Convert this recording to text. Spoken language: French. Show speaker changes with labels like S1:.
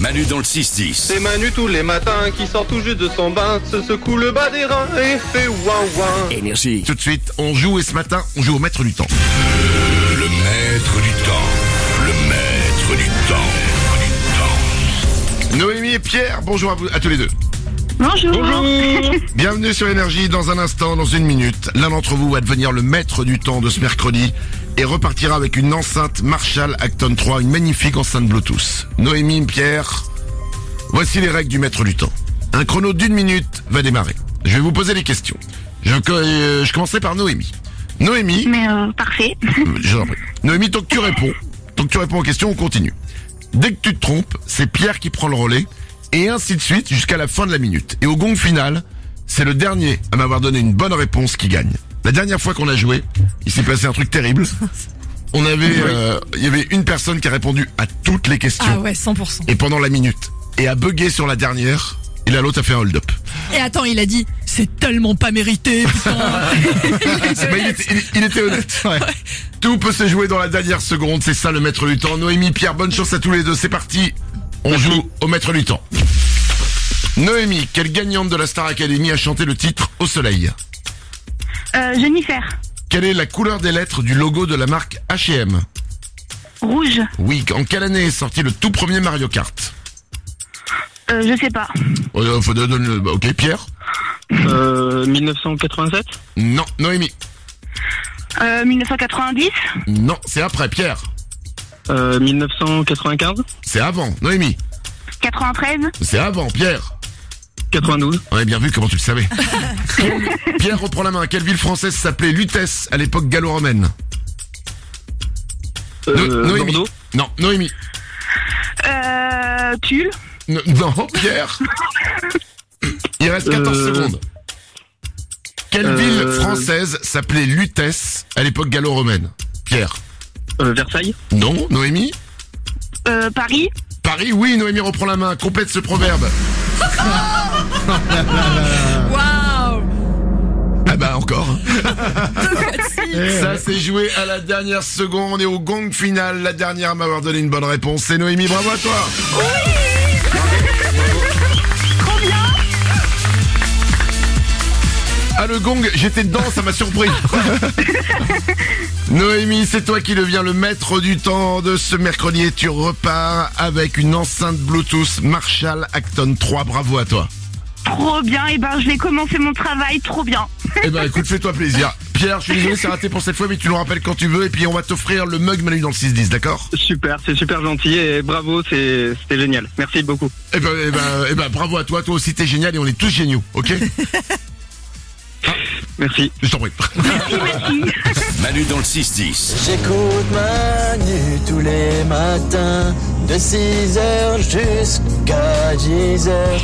S1: Manu dans le 6-10.
S2: C'est Manu tous les matins qui sort tout juste de son bain, se secoue le bas des reins et fait ouin ouin.
S1: Énergie.
S3: Tout de suite, on joue et ce matin, on joue au maître du temps.
S1: Le maître du temps. Le maître du temps.
S3: Noémie et Pierre, bonjour à vous, à tous les deux.
S4: Bonjour.
S3: Bienvenue sur Énergie dans un instant, dans une minute. L'un d'entre vous va devenir le maître du temps de ce mercredi et repartira avec une enceinte Marshall Acton 3, une magnifique enceinte Bluetooth. Noémie, Pierre, voici les règles du maître du temps. Un chrono d'une minute va démarrer. Je vais vous poser des questions. Je, co- euh, je commencerai par Noémie. Noémie,
S4: Mais euh, parfait.
S3: Je t'en prie. Noémie, tant que tu réponds, tant que tu réponds aux questions, on continue. Dès que tu te trompes, c'est Pierre qui prend le relais, et ainsi de suite jusqu'à la fin de la minute. Et au gong final, c'est le dernier à m'avoir donné une bonne réponse qui gagne. La dernière fois qu'on a joué, il s'est passé un truc terrible. On avait, euh, il y avait une personne qui a répondu à toutes les questions
S5: Ah ouais, 100%.
S3: et pendant la minute, et a bugué sur la dernière. Et là, l'autre a fait un hold-up.
S5: Et attends, il a dit, c'est tellement pas mérité, putain.
S3: Mais il, était, il- il était honnête. Tout peut se jouer dans la dernière seconde, c'est ça le maître du temps. Noémie, Pierre, bonne chance à tous les deux, c'est parti. On joue au maître du temps. Noémie, quelle gagnante de la Star Academy a chanté le titre Au Soleil
S4: Euh, Jennifer.
S3: Quelle est la couleur des lettres du logo de la marque H&M
S4: Rouge.
S3: Oui, en quelle année est sorti le tout premier Mario Kart
S4: Euh, je sais pas.
S3: Euh, faut donner le- bah, Ok, Pierre
S2: Euh, 1987
S3: Non, Noémie.
S4: Euh, 1990.
S3: Non, c'est après, Pierre.
S2: euh, 1995
S3: C'est avant, Noémie.
S4: 93.
S3: C'est avant, Pierre.
S2: 92
S3: On a bien vu comment tu le savais. Pierre reprend la main. Quelle ville française s'appelait Lutèce à l'époque gallo-romaine
S2: euh,
S3: No- Noémie.
S2: Bordeaux
S3: Non, Noémie.
S4: Euh, Tulle.
S3: No- non, Pierre. Il reste 14
S2: Euh,
S3: secondes. Quelle
S2: euh,
S3: ville française s'appelait Lutèce à l'époque gallo-romaine Pierre.
S2: euh, Versailles
S3: Non, Noémie.
S4: Euh, Paris.
S3: Paris, oui, Noémie reprend la main. Complète ce proverbe.
S5: Waouh
S3: Ah bah encore.
S5: Deux fois de six.
S3: Ça s'est joué à la dernière seconde et au gong final. La dernière à m'avoir donné une bonne réponse. C'est Noémie, bravo à toi.
S4: Trop bien.
S3: Ah le gong, j'étais dedans, ça m'a surpris. Noémie, c'est toi qui deviens le maître du temps de ce mercredi et tu repars avec une enceinte Bluetooth Marshall Acton 3. Bravo à toi.
S4: Trop bien. Et ben, je vais commencer mon travail. Trop bien.
S3: Eh ben écoute, fais-toi plaisir. Pierre, je suis désolé, c'est raté pour cette fois, mais tu nous rappelles quand tu veux et puis on va t'offrir le mug Manu dans le 6-10, d'accord
S2: Super, c'est super gentil et bravo, c'est- c'était génial. Merci beaucoup.
S3: eh ben, eh, ben, eh ben bravo à toi, toi aussi t'es génial et on est tous géniaux, ok
S2: Merci.
S3: Je t'en prie.
S1: Manu dans le 6-10.
S6: J'écoute Manu tous les matins de 6h jusqu'à 10h.